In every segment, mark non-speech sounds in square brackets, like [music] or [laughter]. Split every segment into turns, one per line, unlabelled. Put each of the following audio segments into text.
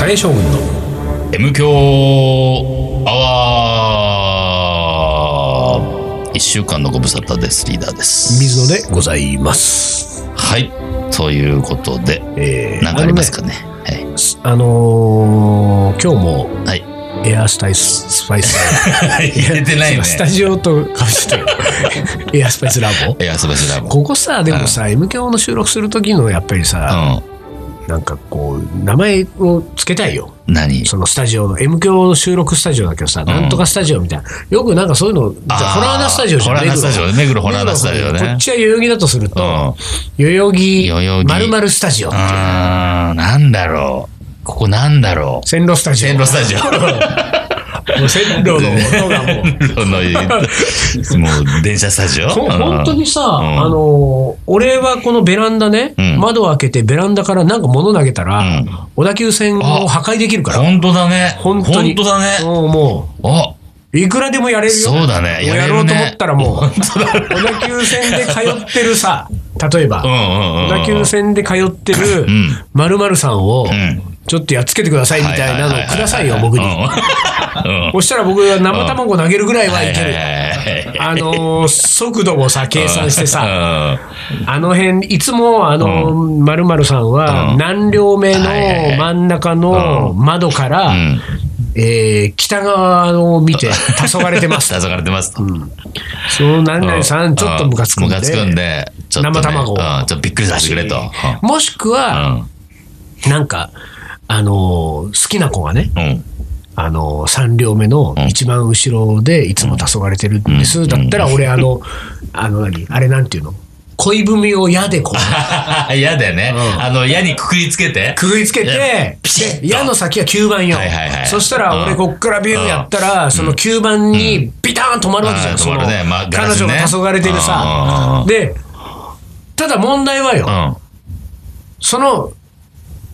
大将軍の
M 強アワー一週間のご無沙汰です。リーダーです。
水野でございます。
はい。ということで、
えー
なんかありますかね。は
あ
い。
のねあのー今日も
はい。
エアスタイス、スパイス、
[laughs] 入れてないよね。
スタジオとかぶって
[laughs]
るエアスパイスラボ。
エアスバスラボ。
ここさ、でもさ、M 教の収録する時のやっぱりさ、
う
なんかこう、名前をつけたいよ。
ん。何
そのスタジオの、M 教の収録スタジオだけどさ、なんとかスタジオみたいな。よくなんかそういうの、ホラ
あー
ーナスタジオじゃん。
ホラーナスタジオ目黒ホラーナスタジオね
こっちは代々木だとする
う
と、
ん。
代々木、
代々木
まるまるスタジオ。
あー、なんだろう。ここなんだろう。
線路スタジオ。
線路スタジオ。
[laughs] もう線路の音がもう。
もう電車スタジオ
ほ本当にさ、
ん
あのー俺はこのベランダね、
うん
窓を開けてベランダからなんか物投げたら、
うん
小田急線を破壊できるから。
本当だね。
本当に。
だね。
うんも
あ
う、いくらでもやれるよ。
そうだね。
もうやろうと思ったらもう、
本当だね
小田急線で通ってるさ、例えば、
うんうんうん。
小田急線で通ってる
ん
〇〇さんを
ん、
ちょっとやっつけてくださいみたいなのをくださいよ、僕
うん
に。そしたら僕が生卵投げるぐらいはいける。
る。
あのー速度もさ、計算してさ、
さ、
あの辺、いつも、あの、まるまるさん
う
は、
ん
何両目
はいはいはい
の真ん中の窓から
ん、
えー北側を見て、黄昏れて
[laughs]
ます。
たがれてますと。
その何々さん、ちょっとムカつくん
ムカつくん
で。
で、ちょっとね
生卵を
うんちょっとびっくりさせてくれと。
もしく
う
は、
ん
なんか、あのー、好きな子がね、
うん。
あのー、3両目の一番後ろで、いつも黄昏れてるんです。だったら、俺、あの、あの何、あれなんていうの恋文を矢でこう、
嫌だよね。あの、矢にくくりつけて。
くぐりつけ
いや
て、
ピシッと
で矢の先は吸盤よ
はいはいはい。
そしたら
う
俺
ん
こっからビューやったら、その吸盤にビターン止まるわけじゃ
あ
ん。
ー
そ
止
の
まるねまあガ
彼
ラス
女
ね
が黄昏れてるさ
う。
で、ただ問題は
う
よ、
ん。
その、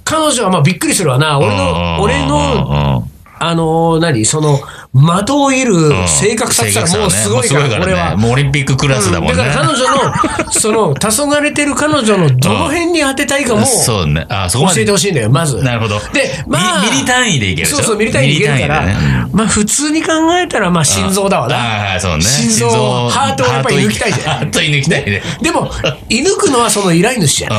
彼女はまあびっくりするわな。俺の、俺の、
の、
あのー、何、その、的を射る正確さって言ったらもうすごいから、俺は。
もうオリンピッククラスだもんね。
だから彼女
[laughs]
の、その、黄昏れてる彼女のどの辺に当てたいかも、
そうね。あ、そこ
教
まで。
えてほしいんだよ、まず。
なるほど。
で、まあ、
ミリミリ単位でいけるでしょ
そうそう、ミリ単位でいけるから、
ミリ単位でね
まあ、普通に考えたら、まあ、心臓だわな。
ああ、そうね。
心臓ハートをやっぱり抜きたいじゃん
ハート抜きたいね。
でも、射抜くのはその依頼主じゃん。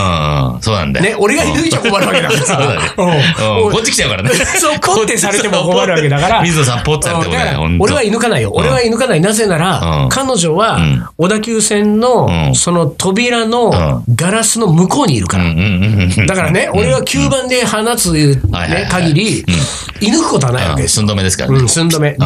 うんうん、そうなんだよ。
ね、俺が射抜いちゃ困るわけだから
そうだね
さ。。
うん
うん
こっち来ちゃうからね。
そう、ポってされても困るわけだから。
水野さん、ポッてされ
う
ても
んだ
ね
か、ら
本当
俺は射抜かないよ。俺は射抜かない。なぜな
うん
ら、彼女
ん
は、小田急線
うん
の、その扉のガラスの向こうにいるか
う
ら。
んうんうんうん。
だからね、俺は吸盤で放つ
はいはいは
ね
い
限り、射抜くことはないわけ
う
で
ん、
すよ
寸止めですから
う
ね
ん、。寸止め。で、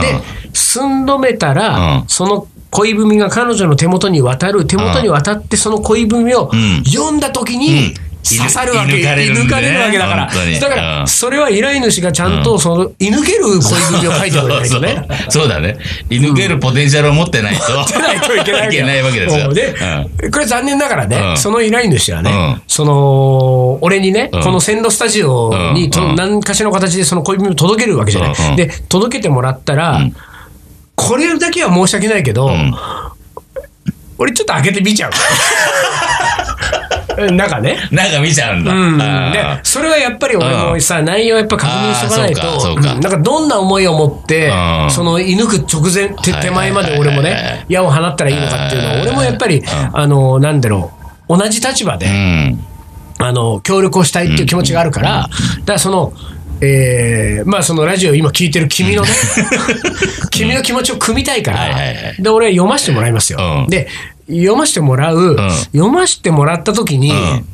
寸止めたら、
うん
その恋文が彼女の手元に渡る、手元に渡って、その恋文を
ん
読んだ時に、
うん
刺さるわけ、
射抜かれる
射
んでね
抜かれるわけだから
本当に、
だか
う
ら、
ん
それは依頼主がちゃんと、その、射抜ける恋文を書いておかないとね。
[laughs] そうそうそうだね。射抜けるポテンシャルを持ってないと。
出ないといけないわけ
[laughs] いけないわけですよ。
で
うん、
これ残念ながらね、
うん
その依頼主はね、
うん
その、俺にね、
うん
この線路スタジオ
う
に
ん
と、
うん
何かしらの形でその恋文を届けるわけじゃない。
うん
で、届けてもらったら、これだけは申し訳ないけど、
ん
俺ちょっと開けてみ
[laughs]
ちゃう。なんかね。
なんか見ちゃうんだ。
うん、で
あ
それはやっぱり俺もさ、内容やっぱ確認しとかない
あー
と、
そううんかそうか
なんかどんな思いを持って
う、ん
その射抜く直前、手手前まで俺も
はいはいはいは
ね
い、
矢を放ったらいいのかっていうのは、
うん
俺もやっぱり、あの、なんだろう、同じ立場
ー
で、
うん。
あの、協力をしたいっていう気持ちがあるから、だからその、えーまあそのラジオ今聞いてる君の
[laughs]
ね、君の気持ちを組みたいから、
はいはいは
で、俺は読ませてもらいますよ。
うん
で、読ませてもらう、読ませてもらった時に、
ん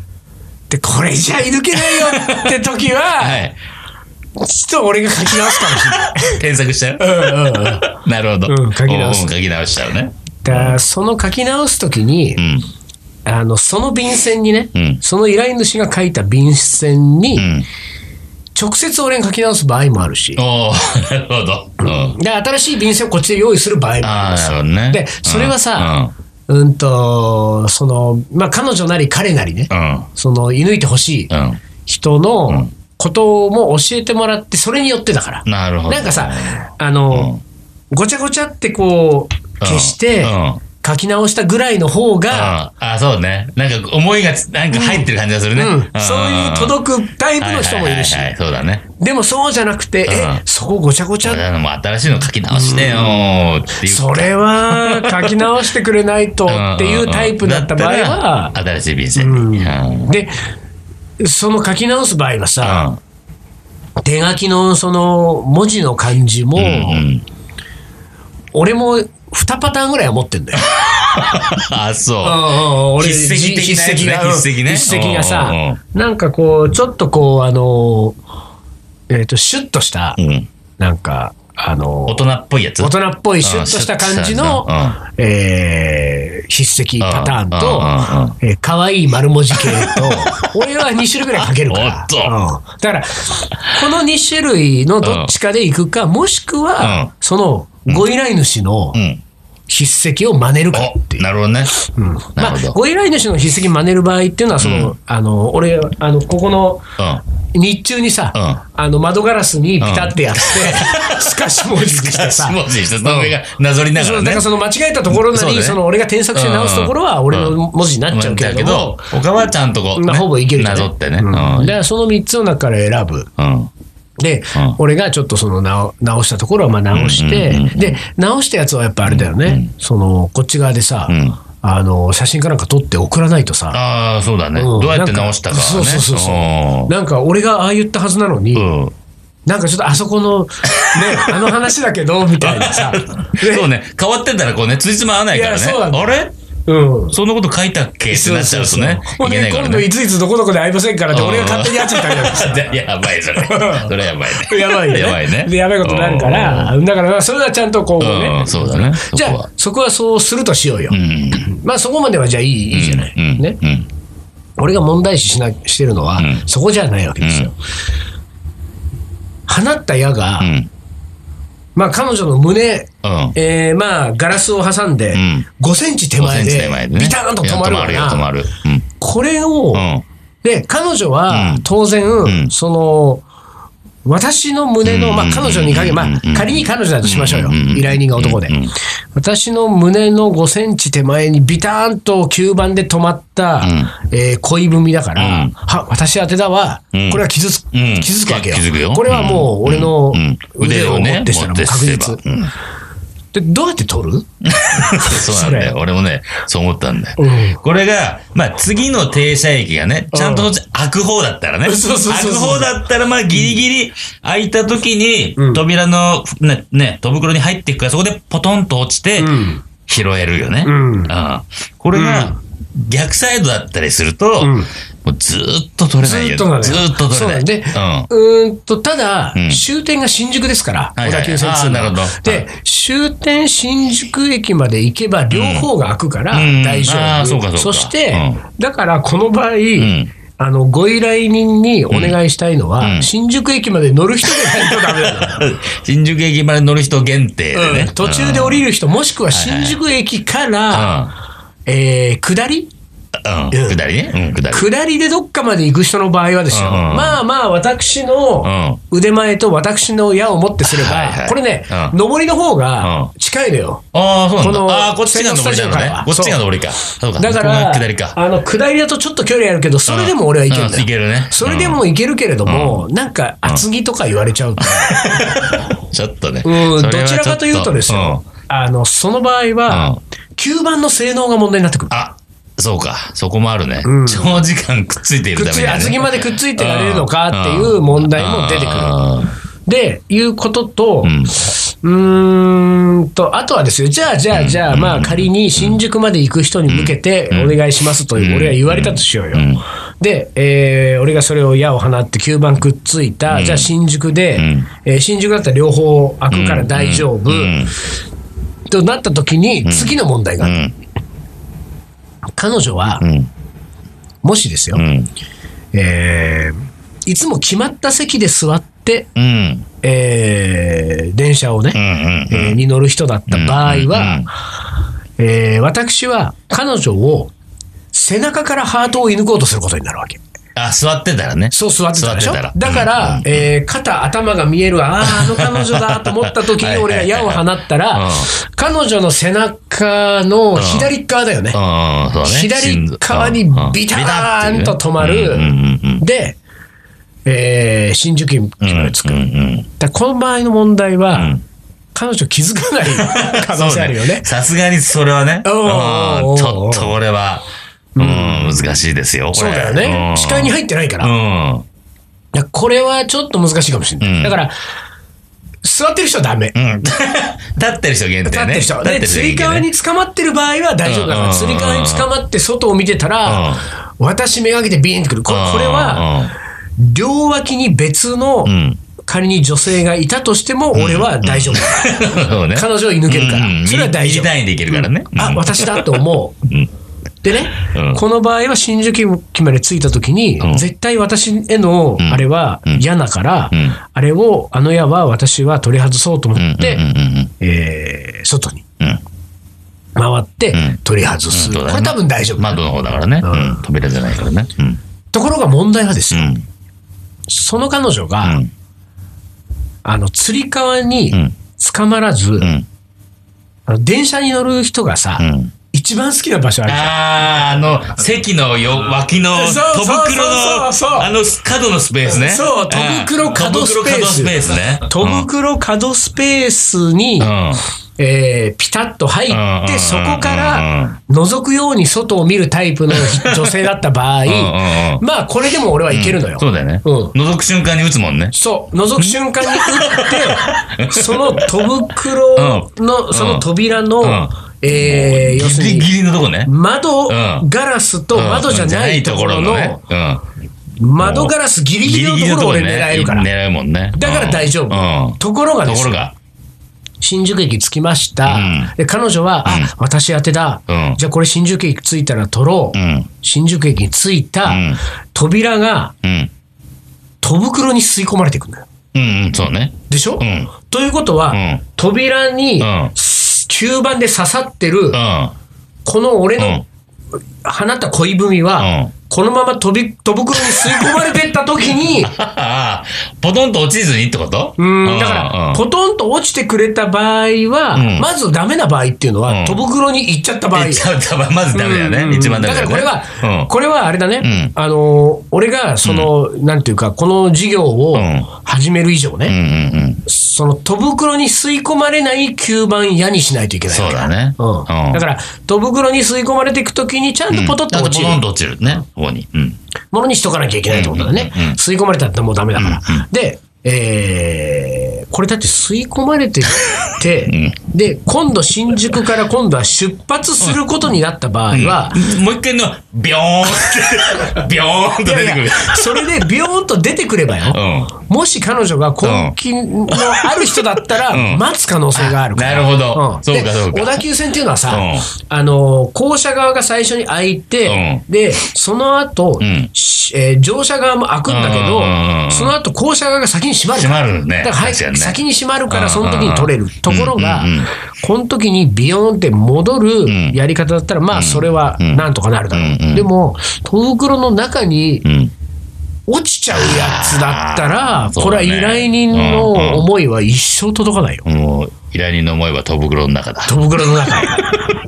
で、これじゃ射抜けないよって時は、
[laughs] はい。
ちょっと俺が書き直すかもしれない。
検索し [laughs] ちゃう
うんうんうん
なるほど。
うん書き直す
おー書き直しちゃうね。
だからその書き直す時に、
うん。
あの、その便箋にね、
うん
その依頼主が書いた便箋に、
うん。
直接俺が書き直す場合もあるし、
おー、なるほど。うん。
で、新しい便箋をこっちで用意する場合もありま
ああ、
す
な。るほどね。
で、それはさ、うん、と、その、まあ、彼女なり彼なりね
う、ん、うん。
その、射抜いてほしい
うん。
人のことも教えてもらって、それによってだから。
なるほど。
なんかさ、あの、ごちゃごちゃってこう、消して、
うん
書き直したぐらいの方が、
あ、そうね。なんか思いがつ、なんか入ってる感じがする
う
ね。
んそういう
く
届くタイプの人もいるし、
そうだね。
でもそうじゃなくて、え
う、ん
そこごちゃごち
だ
ゃ
からもう新しいの書き直してよーっていう。
それは書き直してくれないとっていうタイプだった場合は
だ、ったら新しい便箋
うん
に。うん
で、その書き直す場合はさ、手書きのその文字の感じも、
うんうん。
俺も2パターンぐらいは持ってんだよ。
あ、 [laughs] そう。
うんうん俺
筆跡的なやつね
筆跡が
筆跡ね
うん筆跡が
うんうん
さ、なんかこう、ちょっとこう、あの、えっと、シュッとした、
うん
なんか、あの
大、人っぽいやつ。
大人っぽいシュッとした感じの
うんシュッとし、
えー筆跡パターン
うんうんうんうん
と、えー可愛い丸文字系
[laughs]
と、俺は2種類ぐらい書けるから。
おっと
うんだから、この2種類のどっちかでいくか、もしく
うん
は、その、ご依頼主の
うん。
筆跡を真似るかっていう
お、なるほどね。
うん
な
ま
る
あ
ほど、
ご依頼主の筆跡真似る場合っていうのはその、
う
あの俺あのここの
う
日中にさ、
う
あの窓ガラスにピタってやって、透かし文字に
ん。 [laughs]
してさ
し。もじして、その上がなぞりなが
そう
ら
だか
ね
ら。その間違えたところな
そう
り、
だね
その俺が添削して直すところは
うん
俺の文字になっちゃうけれども、
だけど他はちゃんとこう、
まあ、ほぼいけるじゃ
なんぞってね。
う
うんん。
だからその3つの中から選ぶ。
うん
で、
うん
俺がちょっとその直直したところはまあ直して、
うんうんうんうん
で直したやつはやっぱあれだよね、そのこっち側でさ、
うん
あの写真かなんか撮って送らないとさ、
ああ、そうだね。
う
ど
ん
うやって直したかね。
なんそうそうそうそうなんか俺がああ言ったはずなのに、
うん。うん
なんかちょっとあそこの、ね、あの話だけど、みたいな
[laughs]
さ。
そうね。変わってたらこうね、ついつま合わないから
い
ね。
やそうなんだ
あれ
うん。
そんなこと書いたっけってなっちゃうとね。
ほん
いけな
で、
いから
今度
ね
い。ついつどこどこで会いませんからって、
うん
俺が勝手にやっちゃったりなんか
[laughs] やばい、それ。それやばいね。
やばいよ、ね。
やばいね。
[laughs] で、やばいことになるか
うん。
ら、だから、それはちゃんとこうね
うん、。そうだね。
じゃ
そこ
あ
は、
そこはそうするとしようよ
う。ん。
まあ、そこまではじゃあいい、いいじゃない。
うん
ね。。
うん
俺が問題視しなしてるのは、
うん
そこじゃないわけですよ。放った矢が、
うん。
まあ、彼女の胸、
うん。
えー、まあ、ガラスを挟んで、
うん
5センチ手
5セ
前
ンチ手
で
前で、ね。
ビターンと止まるわ
いや
な
止まるよ、止まる。
これを、
うん。うん。
で、彼女は
うん
当然、
ん
その、私の胸の、まあ、彼女に限り、まあ
うん、
仮に彼女だとしましょうよ。
うん
依頼人が男で
うん。
私の胸の5センチ手前にビターンと吸盤で止まった、えー恋文だから、
うん
は、私宛てだは、
うん
これは傷つ、
うん
傷つくわけよ。
傷つくよ
これはもう、俺の
うんうん
腕
腕
を
をね
持ってしたらもう確
持
実
ってすればうん。
[laughs] で、どうやって取る
そうなんだ
そ
よ。俺もね、そう思ったんだよ。
うん
これが、まあ、次の停車駅がね、ちゃんと開く方だったらね。
うんそうそうそうそう
開く方だったら、まあ、ギリギリ開いた時に
うん、
扉の、ね、ね、戸袋に入っていくから、そこでポトンと落ちて
うん、
拾えるよね。
うん
ああこれ
う
が、逆サイドだったりすると、
うん
もうずーっと取れないよ。
ずーっとなのよ
ずーっと取
そ
れない。
う
う
なん
ん
で、うーんと、ただ、
うん
終点が新宿ですから、
はいはい
小田急線通
あーなるほど
で、終点新宿駅まで行けば、両方が開くから
うん
大丈夫。
あーそうかそうか
して、
うん
だからこの場合、
ん
あの、ご依頼人にお願いしたいのは、
うん
新宿駅まで乗る人でないとダメなの
[laughs] 新宿駅まで乗る人限定でね。
うん途中で降りる人、もしくは新宿駅から、えー下り
うん。うん。下りね。うん、下り。
下りでどっかまで行く人の場合はですよ、
うんうんうん
まあまあ、私の腕前と私の矢を持ってすれば、
はいはい
これね、
うん
上りの方が
う
近いのよ。
ああ、そうなん
この
だ。ああー、こっちが上りなの
スタジオから
ね
は。
こっちが上りか。そうか。
だか
ここ
ら、
が下りか。
あの下りだとちょっと距離あるけど、それでも俺はいけるんだ
うんいけ
よ。
るね。
それでもいけるけれども、なんか厚着とか言われちゃうと、
うん。ちょっとね。
うん
そ
ど
れは
ちらかというとですよ
ちょっと。、
あのその場合は、吸盤の性能が問題になってくる
うん。あ、そうか。そこもあるね
うん。
長時間くっついてい
く
るた
っつ
めに
い
はね。
厚着までくっついてられるのかっていう問題も出てくる。で、いうことと、
ん
うーんと、あとはですよ、じゃあ、じゃあ、じゃあ、まあ、仮に新宿まで行く人に向けてお願いしますという、俺が言われたとしようよ
ん。
で、えー俺がそれを矢を放って吸盤くっついた、じゃあ新宿で
ん、
えー新宿だったら両方開くから大丈夫
うんうん
となった時に、次の問題があ
う
る、
ん。
彼女は
う、ん。
もしですよ
う、ん。
えーいつも決まった席で座って、
うん。
えー電車をね、
うん。うん。
えーに乗る人だった場合
うん
は、えー私は彼女を背中からハートを射抜こうとすることになるわけ。
あ、座ってたらね。
そう座ってたでしょ
座ってたら
だから、
うんうん
えー肩、頭が見える、ああ、あの彼女だと思った時
は
に
いはい
俺が矢を放ったら、
うん
彼女の背中の左側だよね。
うん、そうね。
左側に
心臓うん
ビターンと止まる
ビタッていうねうんうんうん
で、えー新宿駅に着く。
うんうん
だからこの場合の問題は、
うん
彼女気づかない可能性あるよ
[laughs] そう
ね。
さすがにそれはね。
おうおうおうおう
うんちょっとこれは、うん、難しいですよ、こ
そう
れ。
だよね。
ん
視界に入ってないから。
う
い
ん。
やこれはちょっと難しいかもしれない。
うん
だから、座ってる人はダメ。
うん。 [laughs] 立ってる人限定ね。
立ってる人は。で、
立っ
つ
てる
り
人限
革
定ね
に捕まってる場合は大丈夫だか
うんうんうんう
ら、つ
ん
り革に捕まって外を見てたら、私めがけてビーンってくる。これこれは、、両脇に別の
うん、うん。
仮に女性がいたとしても、俺は大丈夫だ。
そうね。
彼女を射抜けるから
うんうん
それは大丈夫
ミリ単位でいけるからね。
あ、私だと思う。でね、
うん
この場合は新宿駅まで着いた時に、
うん
絶対私へのあれは嫌だから、
うん
あれを、あの矢は私は取り外そうと思
うん。
って、
うんうんうん
えー外に
うん。
回って
うん
取り外す。
うんそうだね
これ多分大丈夫、
窓の方だからね。
うん
うん扉じゃないからね。うん。
ところが問題はです
う
よ、
ん。
その彼女が、
うん
あの、つり革に
うん
捕まらず、
うん。
あの電車に乗る人がさ、
うん。
一番好きな場所あるじゃん
あー、あの、席のよ脇の、戸
そうそうそう
袋
そうそう
の、あの、角のスペースね。
そう戸袋
あー
角スペース
戸袋角スペースね。
戸袋角スペースに、
うん。
えーピタッと入
うん
っ
うん
て、そこから覗くように外を見るタイプの
[laughs]
女性だった場合
うんうんうん、
まあ、これでも俺はいけるのよ。
そうだよね。
うん
覗く瞬間に打つもんね。
そう、覗く瞬間に打
[laughs]
って、その戸袋の、その扉の
うん、
えー要す
ギ
る
リ
に、
ギリのとこね。
窓
うん
ガラスと窓じゃないところ
うんじゃない
の
と、ころのね。
窓ガラスギ
うん。
リギリのところを俺狙えるから。
狙えるもんね。
だから大丈
うん
夫。。ところがで
とこ
す
ろ
よ
が。
新宿駅着きました。
うん
で、彼女は、あ、私宛てだ。
うん
じゃあこれ新宿駅着いたら取ろう。
うん。
新宿駅に着いた、
うん
扉が
うん。
戸袋に吸い込まれていくんだよ。
うん、うん、そうね。
でしょ、
うん
ということは、
うん
扉に、
うん
吸盤で刺さってる、
うん。
この俺
うん
の。放った恋文は、
うん
このまま飛び戸袋に吸い込まれてった時
[laughs]
に、
ああ、 [laughs] ポトンと落ちずにってこと
うん、だから、ポトンと落ちてくれた場合は、
うん
まずダメな場合っていうのは、
うん
戸袋に行っちゃった場合。
行っちゃうとまずダメだよ
うん
ね。一番ダメ
だ
だよ
か
ね。
らこれは、
うん
これはあれだね、あのー俺がその、なんていうかこの事業を
うん
始める以上ね、
うんうんうん。
その戸袋に吸い込まれない吸盤矢にしないといけないわけ
そうだね
うん
うん
だから戸袋に吸い込まれていくときにちゃんとポトッと落ち
ポ
る
トンと落ちるね。ここに。うん。
ものにしとかなきゃいけないってことだね、
うんうんうん
吸い込まれたらもうダメだから、でえーこれだって吸い込まれて
[laughs]
て、で今度新宿から今度は出発することになった場合は、
もう一回の、ビョーンって、 [laughs] ビョーンと出てく
いやい
る。
やそれでビヨーンと出てくればよ、
うん。
もし彼女が根気のある人だった
う
ら、
ん
待つ可能性があるから。
なるほど
ん
そうか
で
そうか
小田急線っていうのはさ
うん、
あの、校舎側が最初に開いて、で、その後
ん、
しえー乗車側も開くんだけ
うんうんうんう
ど、
ん
その後校舎側が先に閉まるから。
閉まるね
だからはい
確かにね
先に閉まるから、その時
うんうんう
に
ん
取れる。ところが
うんうんうん、
この時にビヨーンって戻る
ん
やり方だったら、まあ、それはなんとかなるだろ
うんう
う。
ん
でも、戸袋の中に
うん。
落ちちゃうやつだったら、
あー
これは
そうだ
依
ね
頼人の思いは一生届かないよ。
もう、依頼人の思いは戸袋の中だ。
戸袋の中に。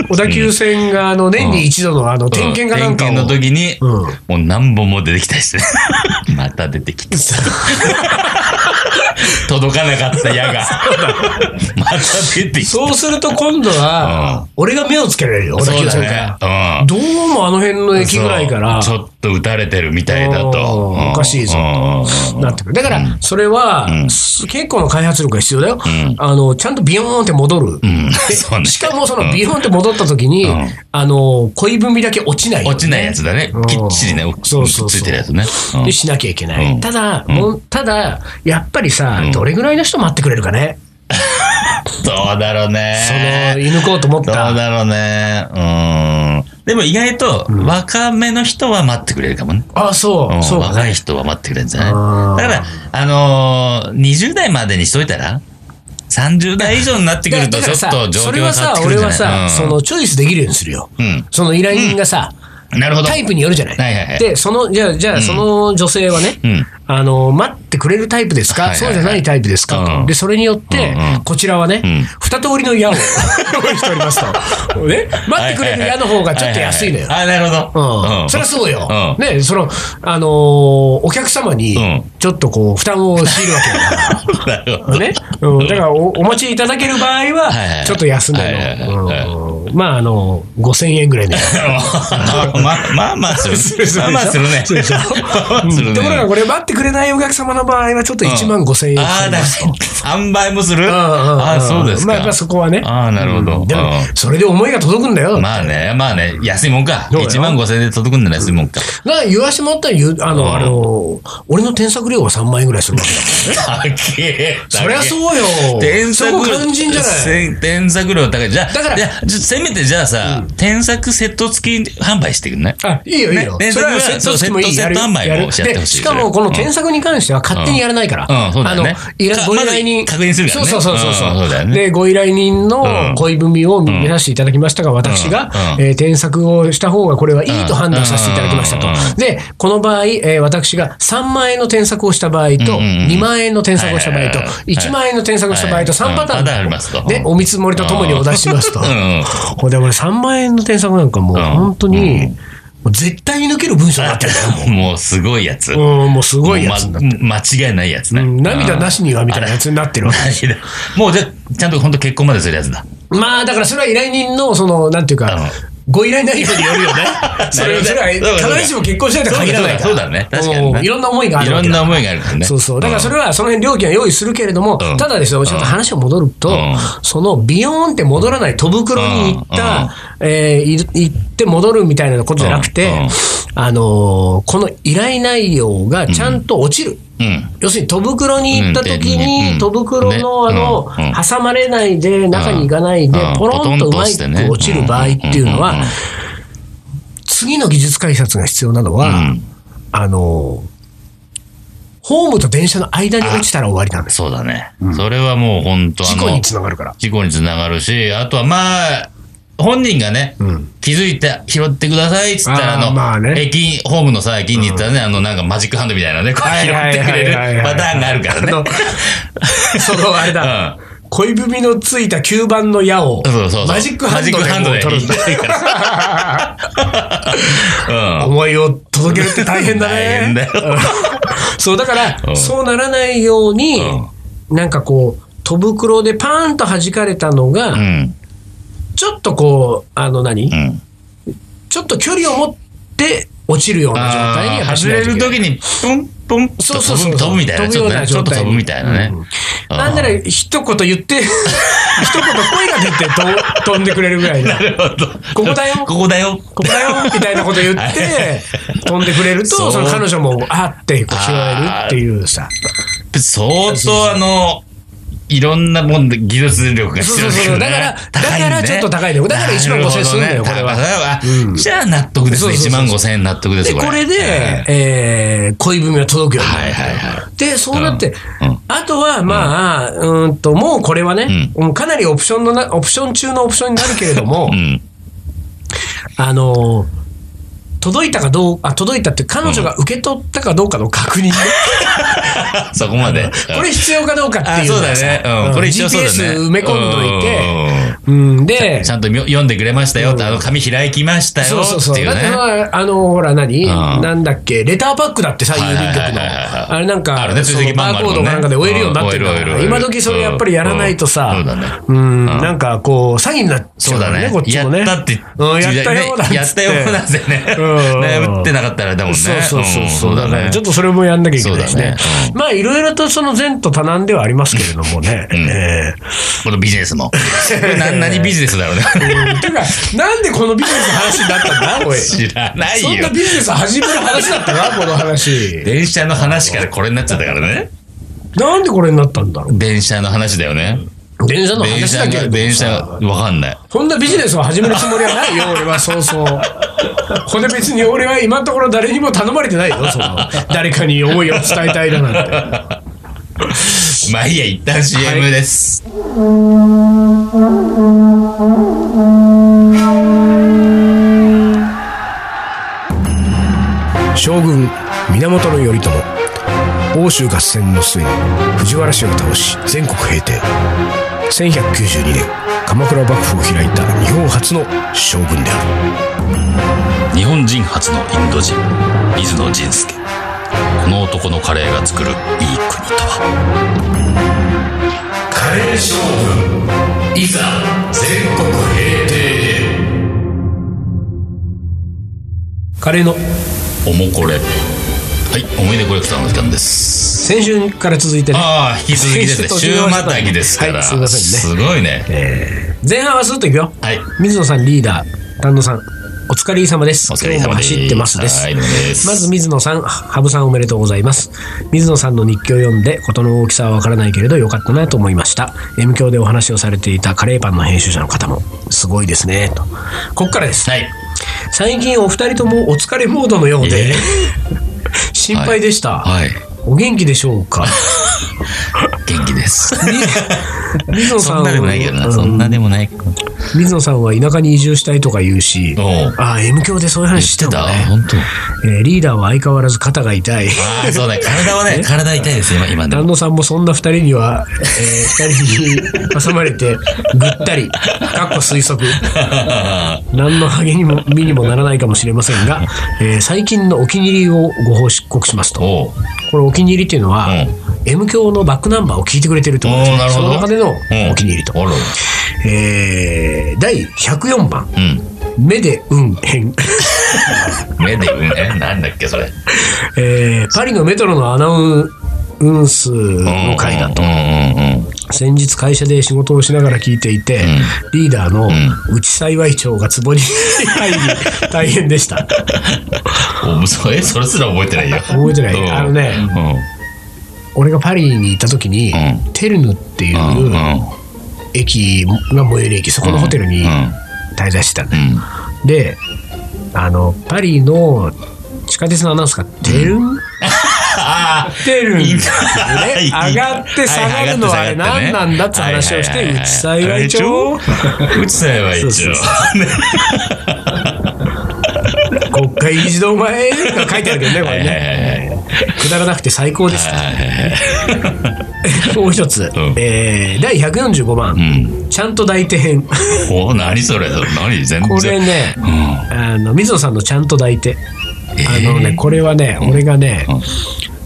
小田急線があの年に一度のあの点検かなんかを、
点検の時に、
うん
もう何本も出てきたりして、 [laughs] また出て
[laughs]
きた。届かなかった矢が、また出てきた。
そうすると今度は、俺が目をつけられるよ、小田
そう
急
だ
線
ね
か。
うん
ら。どうもあの辺の駅ぐらいから、
そうちょっと打たれてるみたいだと。
おーおかしいぞ
うん
なってくる。だから、それは、す結構の開発力が必要だよ。あの、ちゃんとビヨーンって戻る。
うん [laughs] そうね
しかもそのビヨーンって戻った時に、
ん
あの、恋文だけ落ちないようにね、
落ちないやつだね。きっちりね、
そ
そうう
そうそう
ついてるやつね。うん
でしなきゃいけない。
うん
ただ、もうただ、やっぱりさ、
うん
どれぐらいの人待ってくれるかね。
どうだろう
その、
ね。
射抜こうと思っ
どう
た。
だろうね。うん。でも意外と、若めの人は待ってくれるかもね。
あ、そうう、
ん
そうか
若
ね。
い人は待ってくれるんじゃ
あー
ないだから、あのー、20代までにしといたら、30代以上になってくると、ちょっと状
そ
況
れ
が
は
変わ
さ
っ、てくる
俺
んじゃ
は
ない
さ、その、チョイスできるようにするよ。
うん。
その依頼人がさ、
なるほど。
タイプによるじゃない。
はいはいはい
で、その、じゃあ、じゃあ、その女性はね、
うん
あの、待ってくれるタイプですか、
はいはいはい
そうじゃないタイプですか、
うん
で、それによって、
うんうん
こちらはね、
ん
二通りの矢を [laughs] 用意しておりますと。ね、待ってくれる矢の方がちょっと安いのよ。
はははあ、なるほど。
うん、そりゃそうよ、
うん
ねそのあのーお客様に
うん
ちょっとこう負担を強いるわけだから
[laughs] なるほど。
ね、うん、だからおお持ちいただける場合
はいはいは
は、
い
ちょっと安め
はいはい
の、
はい
うんまあ、あの、5000円ぐらいで。
まあまあま
[laughs]
あする。 [laughs] まあまあするね。
そうでしょ
ま [laughs] あまあするね。
ところが、これ、待ってくれないお客様の場合は、ちょっと1万5000円か
あ
か
あ、
り
だ
ますと。
[laughs] 販売もする
うんうんん
ああ、そうですか。
まあ、やっぱそこはね。
ああ、なるほど。
うんでも
う、
それで思いが届くんだよ。だか
んまあね、まあね、安いもんか。
そうよ
1万5千円で届くんなら安いもんか。
ら言わしてもらったら言う、あ
うん
の、あの、俺の添削料は3万円ぐらいするわけだか
高え。
ら。そりゃそうよ。
添削
そこ肝心じゃない。
せん添削量高い。じゃあ、
だから
いやじゃせめてじゃあさ、添削セット付き販売してくんない
あ、いいよ、いいよ。
ね
それはセットしてもいい。
そう
やる
セット販売を
やる
しやってほしい
で、しかも、この添削に関しては勝手にやらないから。
うんうんそうだよね
あの、いら
か
ご依頼人。
まず確認するからね
そうそうそうそう。
うんそうだよね
で、ご依頼人
うん
の恋文を見させていただきましたが、私が、
うん
えー添削をした方がこれはいいと判断させていただきましたと
うんうんうんうん。
で、この場合、えー私が3万円の添削をした場合と、
うんうんうん
2万円の添削をした場合と
はいはいはい、
1万円の添削をした場合と、
はい
3パター
うんパターンあります
ン
と
で、お見積もりとともにお出ししますと。
うんうん [laughs]
[laughs] これで俺3万円の添削なんかもう
うん
本当に、
うん
もう絶対に抜ける文章に
[laughs]
なってるんだよ、もう。
もうすごいやつ。
うん、もうすごいやつにな
も
っ
う
て
ま間違いないやつね。
る。うん涙なしにはみたいなやつになってるわけ。
うん。もうじゃあちゃんと本当結婚までするやつだ。。
まあだからそれは依頼人の、その、なんていうか、ご依頼内容によるよねそれ
[laughs] なるほ
そ
どね
れは
そうだそ
必
うだ
ずしも結婚しないとは限らないから。
そうだね確かにね
うんいろんな思いがあ
い
るわ
ろ
け
ん
だ
な思いがあるからね。
そうそう。だからそれはその辺料金は用意するけれども、
うん
ただですよ、ちょっと話を戻ると、
うん
そのビヨーンって戻らない戸袋に行った、えーい行って戻るみたいなことじゃなくて、
うんうん
あのーこの依頼内容がちゃんと落ちる。
うん。
要するに戸袋に行った時
う
に、
ん
戸袋のあの
ねうん、
挟まれないで、中に行かないで
うん、
ポロンとうまい
ポトンとしてね
く落ちる場合っていうの
うんう
は
んうん、
次の技術開発が必要なのは、あの、ホームと電車の間に落ちたら終わりなんです。
そうだね。それはもう本当あ
事
の
故につながるから。
事故につながるし、あとはまあ、本人がね、
ん
気づいて拾ってくださいっつったら、
あー
あの、
まあね
駅、ホームのさ、駅に行ったらね、あの、なんかマジックハンドみたいなね、こう
はい
拾
はい
ってくれる
はいはいはい
パターンがあるからね。
あのそのあれだ、恋文のついた9番の矢を
うん。そうそうそう。
マジックハンド
マジックハンド
で
で
取るんだ。
いいからうん。
思いを届けるって大変だね。
大変だよ
うんそう、だから、
うん
そうならないように、なんかこう、戸袋でパーンと弾かれたのが、
うん。
ちょっとこう、あの何、
うん。
ちょっと距離を持って落ちるような状態に
あー
走
外
らない
れ
とい
る
けない
時に、ポンポンと
そうそう
飛
そう
ぶ飛ぶみたいな。
飛ぶ
ち
よ
ょ
う
っと
な
ねちょ
状
っと
態
飛ぶみたいなね
うん。
あー
なんなら一言言って、 [laughs] 一言声が出てと飛んでくれるぐらい
[laughs]
な。
なるほど
ここだよ
ここだよ。
ここだよみたいなこと言っ
はい [laughs]
て、飛んでくれると、
そう
その彼女も、あーって、こう、拾えるっていうさ。
相当あの、いろんなもんで技術力が必要だけ
そうそうそ
ど、ね、
うだから
高いんね
だからちょっと高いんだよだから1万5000円するんだよ
なほどね
これうん
じゃあ納得ですね。
そうそ
1
うそう
万5千円納得で
で、
すこれ。
これで、
え
えー恋文が届くようになるんだよ
はいはいは
で、そうなって、
うんうん
あとは、まあ、うーんと、もうこれはね、もうかなりオプションのな、オプション中のオプションになるけれども、
えうん。 [laughs]
あのー届いたかどうあ、届いたって、彼女が受け取ったかどうかの確認ね、
そこまで。
これ必要かどうかって
あ
いう
そう
の
だ
がさ
ね。うん。これ一応そうだね。
GPS 埋め込んどいて、
て。
うん、で
ち、ゃんとみ読んでくれましたよ、あの紙開きました
そ
よ
うそう
っ
そ
て
う。
い
だ
う
っ
ね
て、。あの、ほら何、
うん
なんだっけ、レターパックだってさ、郵
はいはい
便
はい
局の。あれなんか、
あるね
その
追跡版
バ
もあ
ー
る
コー
もんね
ドなんかで終えるようになってるか
うん終える
ら、
終える
今時それやっぱりやらないとさ、
うんそうだね
うん、
うん
なんかこう、詐欺になっちゃ
そうう
か
だ
ら
ね
ね、こっちもね。
やったって、
うん、やったようだっつって。
やったようなんでね。
うん
打ってなかったらだもんね。
そうそうそうそう、
ん
だからちょっ
っ
とそれもやんなきゃいけないしね。
そうだね
まあ、いろいろとその前途多難ではありますけれどもね。
ん
え
このビジネスも。これ何何ビジネスだろうね。
えてか、なんでこのビジネスの話になったん [laughs] だ、おい。
知らない
そん
よ
な。ビジネス始める話だったな、この話。
電車の話からこれになっちゃったからね。
なんでこれになったんだろ
電車の話だよね。
う。電車の
電
話
車
だけれど
の、
も
電車、
さ
わかんない。
そんなビジネスを始めるつもりは
[laughs]
ないよ、俺は、そうそう。これ別に俺は今のところ誰にも頼まれてないよ、その。誰かに思いを伝えたいだなんて。
まあいいや、一旦 CM です。
将軍源頼朝欧州合戦の末に藤原氏を倒し全国平定1192年鎌倉幕府を開いた日本初の将軍である
日本人初のインド人水野仁介この男のカレーが作るいい国とは
カレー将軍いざ全国平定カレーの
おもこれはい思い出コレクターの時間です
先週から続いてね
ああ引き続きですね週またぎですから、
はいすいません
すごいね、
前半はスッといくよ
はい
水野さんリーダー丹野さんお疲れ様です
お疲れ様
今日も
です
走ってますです
はいどうもです
まず水野さん羽生さんおめでとうございます水野さんの日記を読んで事の大きさはわからないけれど良かったなと思いました M 教でお話をされていたカレーパンの編集者の方もすごいですねとこっからです
はい
最近お二人ともお疲れモードのようで、
え
[laughs] 心配でした、
はい
お元気でしょう
[laughs]
か
元気です [laughs]
水野さ
そん
ん
なでもないけど
う
な、
ん
そんなでもないけど。
水野さんは田舎に移住したいとか言うし
おう
ああ M 教でそういう話してたもんね
本当。
えーリーダーは相変わらず肩が痛い。
ああ、そうだ、体はね、体痛いですよ、今、今で
旦
も。
那さんもそんな二人には、えー二人に挟まれてぐったり、かっこ推測。何の励みも身にもならないかもしれませんが、えー最近のお気に入りをご報告しますと。
[laughs] おう
これお気に入りっていうのは、M 教のバックナンバーを聞いてくれてるって
お
こと
ーなる
そ
ほど。
の中での
うん
お気に入りと。
あら
えー第104番、
うん。
目で運変。
目で、うん、え、なんだっけ、それ。
えーパリのメトロのアナウンスの回だと。
うんうんうん。
先日会社で仕事をしながら聞いていて、リーダーの内幸い長が壺に入り大変でした
おむそえ、それすら覚えてないよ。
覚えてない
うん
あのね
う
俺がパリに行った時に、
う
テルヌってい
ん。うん。うん。
う駅が最寄り駅そこのホテルに滞在してたんだよ、
うん。
であのパリの地下鉄のアナウンスが「テルン」
ああ、
[laughs] テ [laughs] ルンっていうね
い
上
い
がって下がるのはあれ何なんだって話をして内幸い長
[laughs] うちさいは一
そうそう
応。
国会議事堂前が書いてあるけどね、これね。くだらなくて最高です。もう一つ、
ん
えー第145番、ちゃんと抱いて編。
おお、何それ、何、全然。
これね、あの水野さんのちゃんと抱いて。あのね、これはね、俺がね、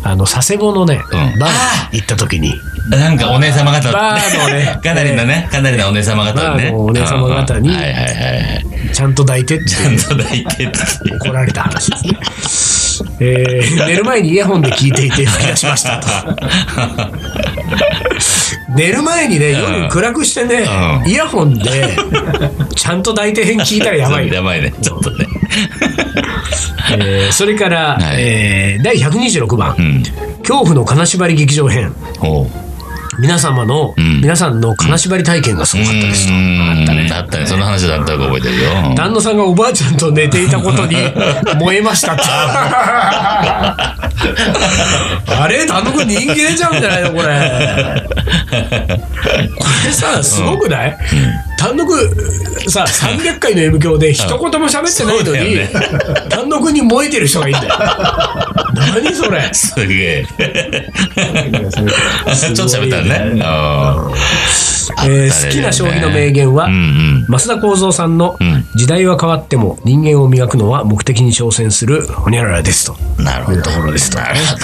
あの佐世保のね、
うん
バー行った時に、
なんかお姉様方
バーのね
[laughs] かなりのね、かなりのお姉様方
バー
ね。
のお姉様方に
うんはいはいはいはい。
[laughs] ちゃんと抱いてって
ちゃんと抱いてっていう
怒られた
[laughs]
話ですね。えー寝る前にイヤホンで聞いていて吹き出しま
[laughs]
したと。寝る前にね、夜暗くしてね、
うん
イヤホンで、ちゃんと大体編聞いたらやばいよ。
やばいね、ちょっとね。
えーそれから、
はい
えー第126番、
うん。
恐怖の金縛り劇場編。
おう。
皆様の、
ん
皆さんの金縛り体験がすごかったですと。
あったね。あったね。その話だったら覚えてるよ。
旦那さんがおばあちゃんと寝ていた
[laughs]
ことに燃えましたって。あれ旦那君人間じゃんじゃないのこれ。これさ、すごくない丹野くさ、300回の M 響で一言も喋ってないの
うんそう
に、丹野くに燃えてる人がいるんだよ。何それ。
[laughs] すげえ。ちょっと喋ったね。うん
えー好きな将棋の名言は
う、ん
増田幸三さんの
ん
「時代は変わっても人間を磨くのは目的に挑戦するほにゃららです」と
うん。なるほ
い
ど。
うところですと
なるほど。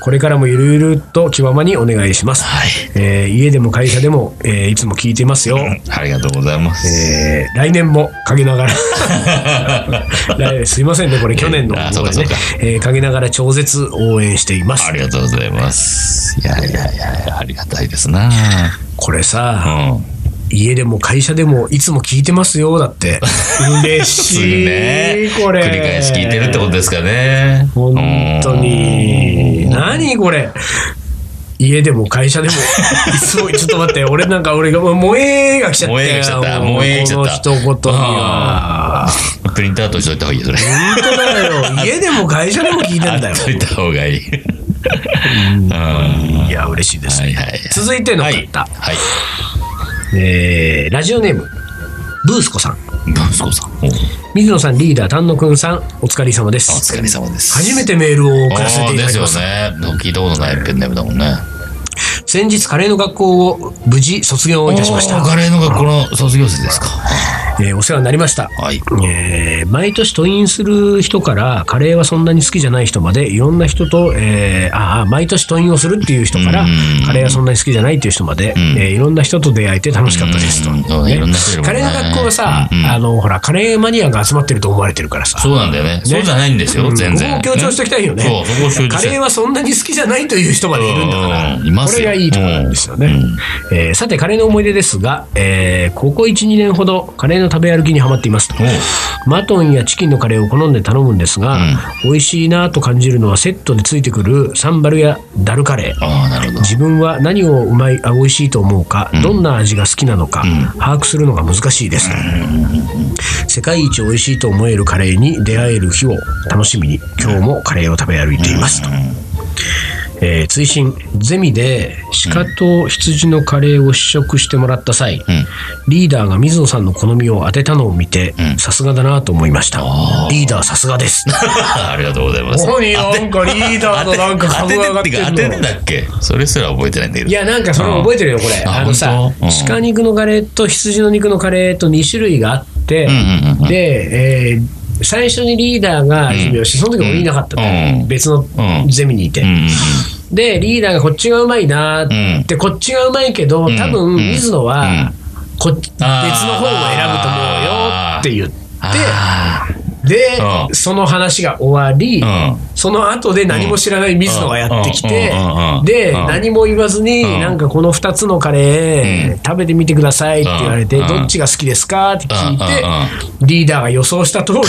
これからもゆるゆると気ままにお願いします、
はい
えー家でも会社でも、えーいつも聞いていますよ、
ありがとうございます。
えー来年も陰なが
[laughs]
ら来すいませんねこれ去年の
あ
こ
そう
れ
かそう
ね
か、
えー陰ながら超絶応援しています
ありがとうございます。いやいやいや、ありがたいですな。
これ
う
さ、
ん。
家でも会社でもいつも聞いてますよだって嬉
[laughs] す
しい、
ね。
これ
繰り返し聞いてるってことですかね。
本当に。何これ。家でも会社でも、いつも、ちょっと待って、俺なんか俺が、萌えが来ちゃったよ。
萌えが来ちゃった
もう
萌えが来ちゃった
この一言には。
うん。プリントアウトしといた方がいいよ、それ。
本当だよ。家でも会社でも聞いてんだよ
あ。っといた方がいい。うんはい
や、嬉しいです
い
ね。
はい。
続いての
は
方、
い。はい。
えーラジオネーム、ブースコさん。
ブスコさん。おう
水野さんリーダー丹野くんさんお疲れ様です
お疲れ様です。
初めてメールを送らせ
あ
て
ー
いた
で
だ
す
きま
よ
した、
ね。聞いたことないペンネームだもんね。
先日カレーの学校を無事卒業いたしました
おーカレーの学校の卒業生ですか。
えーお世話になりました。
はい。
えー毎年登院する人からカレーはそんなに好きじゃない人までいろんな人と、えーああ毎年登院をするっていう人から
うん
カレーはそんなに好きじゃないっていう人まで、えーいろんな人と出会えて楽しかったですと、
うんそうねいろんな人いるも
カ
んね
レーの学校はさ、
うんうん
あのほらカレーマニアが集まってると思われてるからさ
そうなんだよね。そうじゃないんですよ、
うん
全然。
ここを強調しておきたいよね
そう、そこを強調
カ
して。
レーはそんなに好きじゃないという人までいるんだから、
うんいますよ
これがいいところなんですよね、えーさてカレーの思い出ですが、えーここ12年ほどカレーの食べ歩きにはまっていますとマトンやチキンのカレーを好んで頼むんですが、美味しいなと感じるのはセットでついてくるサンバルやダルカレー
ああ、なるほど。
自分は何をうまいあ美味しいと思うか、どんな味が好きなのか、把握するのが難しいです、世界一美味しいと思えるカレーに出会える日を楽しみに今日もカレーを食べ歩いていますと、えー追伸ゼミで鹿と羊のカレーを試食してもらった際、リーダーが水野さんの好みを当てたのを見てさすがだなと思いましたリーダーさすがです
[laughs] ありがとうございます。
何なんかリーダーのなんか
当
株
て
が上がっ
てっ
てて
か当
ん
て
の
てだっけそれすら覚えてないんだけど。
いや、なんかそれ覚えてるよ、これ。
あ
あのさ
本当うん、
鹿肉のカレーと羊の肉のカレーと2種類があって
んうんうんう、ん
で、えー最初にリーダーが準備をして、その時俺いなかったの
うん
別の
うん
ゼミにいて
う。ん
で、リーダーがこっちがうまいなーって、こっちがうまいけど、多
う
分、
ん
水野は
ん、
こっ別の方を選ぶと思うよって
あ
言って、
う
で、その話が終わり
う、ん。
その後で何も知らない水野がやってきて
うんうんうんうん、
で、
うん
何も言わずに、
うん
なんかこの2つのカレー、食べてみてくださいって言われて、
うん
どっちが好きですかって聞い
うん
て、リーダーが予想した通りの
[laughs]
方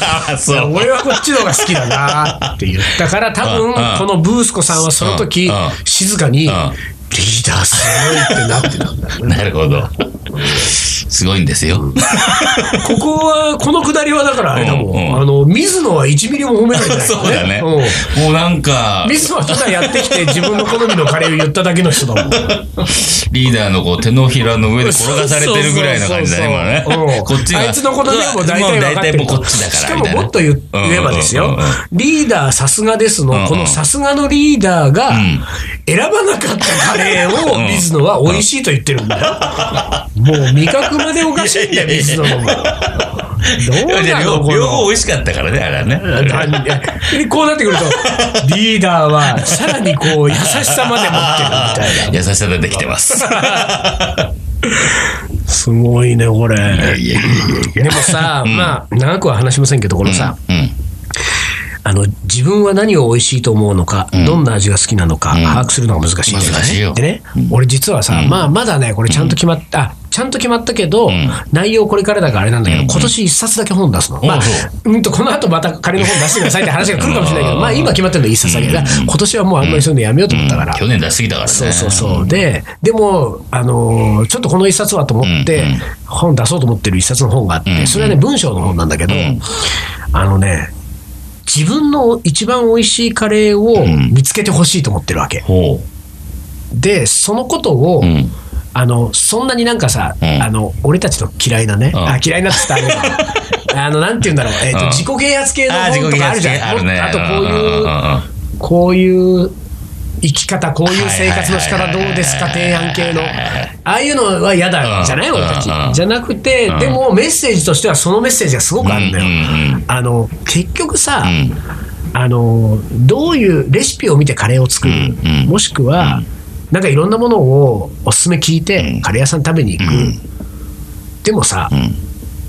ああ、そう。
を、俺はこっちの方が好きだなって言ったから、多分
うん
このブースコさんはその時
うんうん、
静かに、リー
ん
ダーすごいってなってたんだ。
なるほど。すごいんですよ。
ここは、このくだりはだからあれだも
うんうん
ん。あの、水野は1ミリも褒められてないから。
[laughs] そうだね。も
うん
うなんか、
水野はただやってきて自分の好みのカレーを言っただけの人だもん。
リーダーのこう手のひらの上で転がされてるぐらいの感じだね、
そうそうそう
今ね
うん。
[laughs] こっちが
あいつのことでもう大体分かってる
もう大体もうこっちだからみ
しか
たいな。
ももっと言えばです
うんう
よ
んうんうん。
リーダーさすがです
うんう
の、
ん
このさすがのリーダーが
ん
選ばなかったカレーを
うん
水野は美味しいと言ってるんだよ。もう味覚までおかしいんだよ、水野のも。どう
いや
な
両
の
方
こ
両方
の。
美味しかったからね、あれはね。
でこうなってくると、リーダーはさらにこう優しさまで持ってるみ
[laughs]
たいな。
優しさでできてます。
すごいね、これ。
いやいやいや
でもさ、まあ、長くは話しませんけど、このさ、
うん。
あの、自分は何を美味しいと思うのか、どんな味が好きなのか、把握するのが難しいんだ
難しい
よ
よ
ね。でね、俺実はさ、まあ、まだね、これちゃんと決まった、あちゃんと決まったけど、内容これからだからあれなんだけど、今年一冊だけ本出すの。まあ
そ、
うんと、この後また仮の本出してくださいって話が来るかもしれないけど、まあ、今決まってるの一冊だけど、だから今年はもうあんまりそういうのやめようと思ったから、
去年出しすぎたからね。
そうそうそう。で、でも、あのーちょっとこの一冊はと思って、
うんうん
本出そうと思ってる一冊の本があって、
んうん
それはね、文章の本なんだけど、
ん
あのね、自分の一番美味しいカレーを
ん
見つけてほしいと思ってるわけ。
ほ
で、そのことを、
う。うん。
あの、そんなになんかさ、
うん
あの、俺たちの嫌いなね、
うん
あ、嫌いなって言ったらあれだあの、なんて言うんだろう、えっ、と、
うん
自己啓発系の本とかあるじゃん。
あるね。
あと、こういう、
う
こういう生き方、こういう生活の仕方どうですか、提案系の。ああいうのは嫌だじゃない、
うん
俺たち
うんう。ん
じゃなくて、でもメッセージとしてはそのメッセージがすごくあるんだよ
うんうんう。
あの、結局さ、
ん
あの、どういうレシピを見てカレーを作る、
うんうん
もしくは、なんかいろんなものをおすすめ聞いて、カレー屋さん食べに行く。でもさ、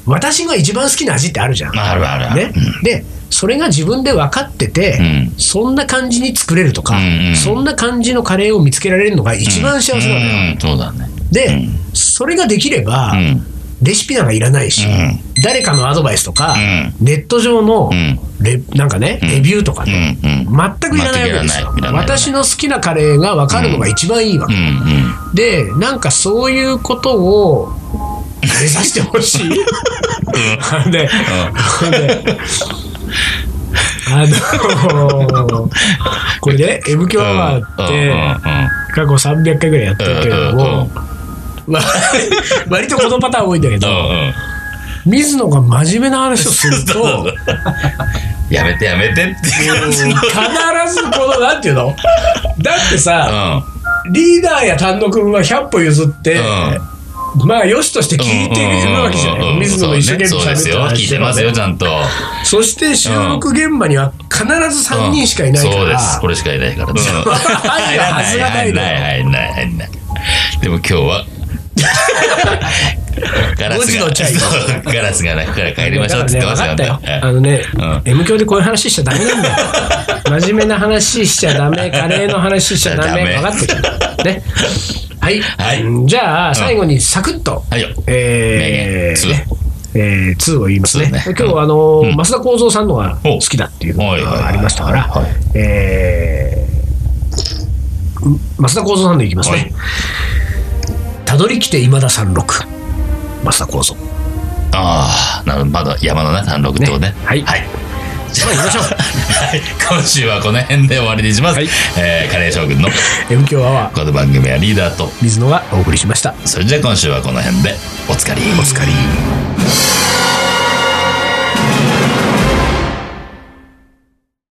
私が一番好きな味ってあるじゃん。
あるあるあ
ね、
る。
でそれが自分で分かってて、
うん
そんな感じに作れるとか、
うんうん
そんな感じのカレーを見つけられるのが一番幸せなのよ、
うんそうだね。
で、それができれば、
ん
レシピなんかいらないし、
ん
誰かのアドバイスとか、
う
ネット上の
ん
レ、なんかね、レビューとかね、
うんうん
全くいらないわけですよ
全くいらないいらない
私の好きなカレーが分かるのが一番いいわけ
う、んうん。
でなんかそういうことを目指してほしい。で、であのこれね M 響アワーって過去300回ぐらいやってるけれども、
うんうん
わ割とこのパターン多いんだけど、
うんうん。
水野が真面目な話をする
そう
と
そうやめてやめてっていう感じの。
必ずこのなんていうのだってさ
う
リーダーや単独は100歩譲って、
ん。うん。
まあよしとして聞いているわけじゃ
うんうん
な
うんう
い
ん
水野も一生懸
そう
命
ねそ
喋
うで
っ
す
て
よ。
る
聞いてますよ、ちゃんと。
そして収録現場には必ず3人しかいないから、
そうです。これしかいないから。うん
入るはずがないのよ
入らない、入らない、入らない。でも今日は、ガラ
五
ス
時
が、
のチャイ
そうガラスがなくから帰りましょうって言ってました
だからね
よ
分かった
ね
よ。。あのね、
う
M 教でこういう話しちゃダメなんだよ。真面目な話しちゃダメ、カレーの話しちゃダメ、
ダメ
分かってる。ね。はい。
はい
うんじゃあ、最後にサクッと、
はいよ。
えー、
名言
ねえー、2を言いますね。
ツーね
今日はあの
うん
増田幸三さんのが好きだっていうの
おはいはいはい
がありましたから
はい、
えー、増田幸三さんでいきます
はい
ね。たどりきて今田三六。増田幸三。
ああ、なるほど。まだ山のね、単独ってことね
ね。はい
はい。
じゃあ行きま
[laughs]
しょう。
はい今週はこの辺で終わりにします。
はい
えーカレー将軍の
M 強アワー
この番組はリーダーと、
水野がお送りしました。
それじゃあ今週はこの辺で、おつかり。おつかり。